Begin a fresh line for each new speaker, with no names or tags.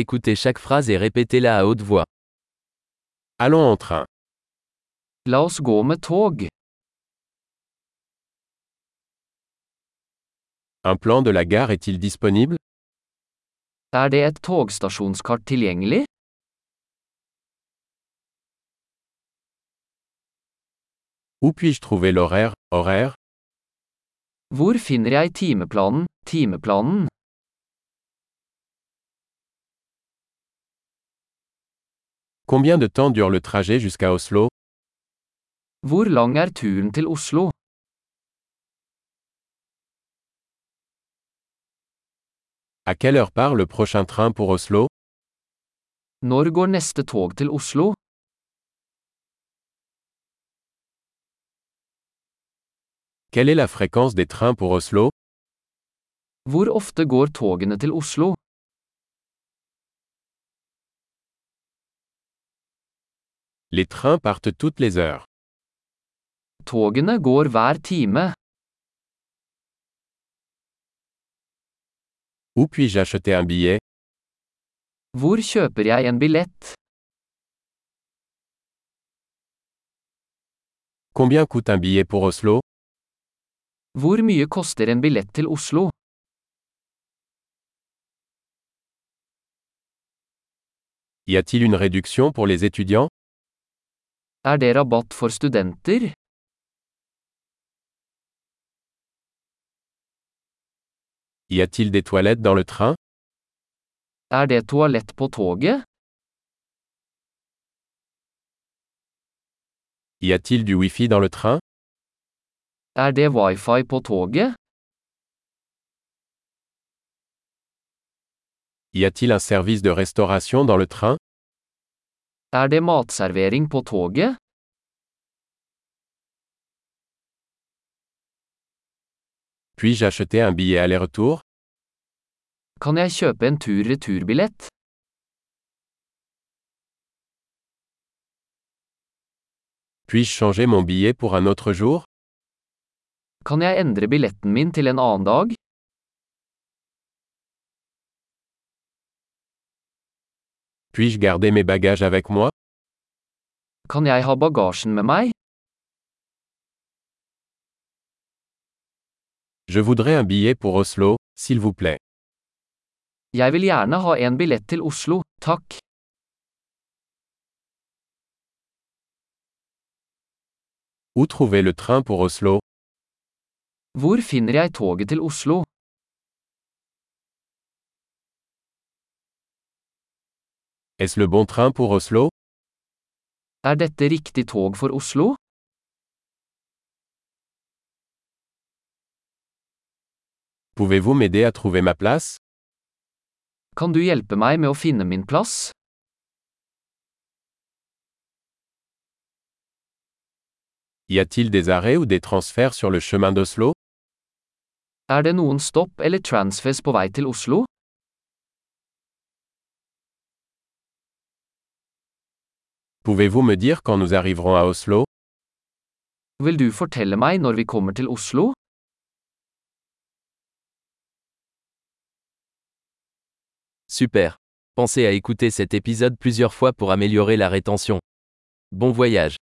Écoutez chaque phrase et répétez-la à haute voix.
Allons en train.
La oss gå med tog.
Un plan de la gare est-il disponible
Er det et togstasjonskart tilgjengelig?
Où puis-je trouver l'horaire Horaire
Hvor finner jeg timeplanen? Timeplanen?
Combien de temps dure le trajet jusqu'à Oslo
Hvor lang er turen til Oslo?
À quelle heure part le prochain train pour Oslo
Når går neste tog til Oslo?
Quelle est la fréquence des trains pour Oslo
Hvor ofte går togene til Oslo?
Les trains partent toutes les heures.
Togene går hver time.
Où puis-je acheter un billet
Hvor kjøper jeg en billett?
Combien coûte un billet pour Oslo
Hvor mye koster en billett til Oslo?
Y a-t-il une réduction pour les étudiants
Er det rabatt for studenter?
Y a-t-il des toilettes dans le train
Er det toalett på toget?
Y a-t-il du Wi-Fi dans le train
Er det wifi på toget?
Y a-t-il un service de restauration dans le train
Er det matservering på toget?
Puis-je acheter un billet aller-retour
Kan jeg kjøpe en tur-returbillett?
Puis-je changer mon billet pour un autre jour
Kan jeg endre billetten min til en annen dag?
Puis-je garder mes bagages avec moi
Kan jeg ha bagasjen med meg?
Je voudrais un billet pour Oslo, s'il vous plaît.
Jeg vil gjerne ha en billett til Oslo, takk.
Où trouver le train pour Oslo
Hvor finner jeg toget til Oslo?
Est-ce le bon train pour Oslo
Er dette riktig tog for Oslo?
Pouvez-vous m'aider à trouver ma place
Kan du hjelpe meg med å finne min plass?
Y a-t-il des arrêts ou des transferts sur le chemin d'Oslo
Er det noen stopp eller transfers på vei til Oslo?
Pouvez-vous me dire quand nous arriverons à Oslo
Vil du fortelle meg når vi kommer til Oslo?
Super. Pensez à écouter cet épisode plusieurs fois pour améliorer la rétention. Bon voyage.